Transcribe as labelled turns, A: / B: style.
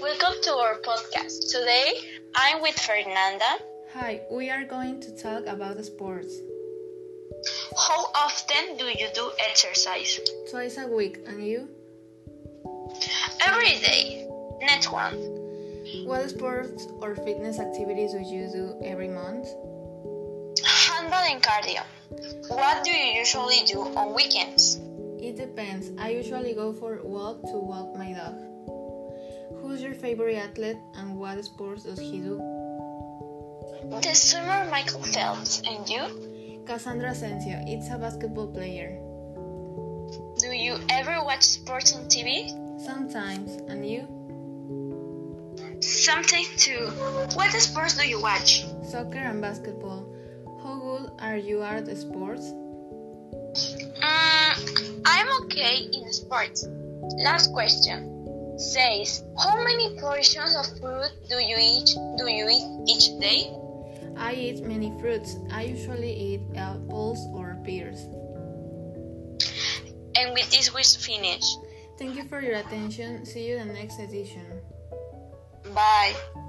A: Welcome to our podcast. Today, I'm with Fernanda.
B: Hi, we are going to talk about sports.
A: How often do you do exercise?
B: Twice a week, and you?
A: Every day. Next one.
B: What sports or fitness activities do you do every month?
A: Handball and cardio. What do you usually do on weekends?
B: It depends. I usually go for walk to walk my dog. Who's your favorite athlete and what sports does he do?
A: The swimmer Michael Phelps. And you?
B: Cassandra Asensio, it's a basketball player.
A: Do you ever watch sports on TV?
B: Sometimes, and you?
A: Something too. What sports do you watch?
B: Soccer and basketball. How good are you at sports?
A: Mm, I'm okay in sports. Last question. Says, how many portions of fruit do you eat? Do you eat each day?
B: I eat many fruits. I usually eat apples or pears.
A: And with this, we finish.
B: Thank you for your attention. See you in the next edition.
A: Bye.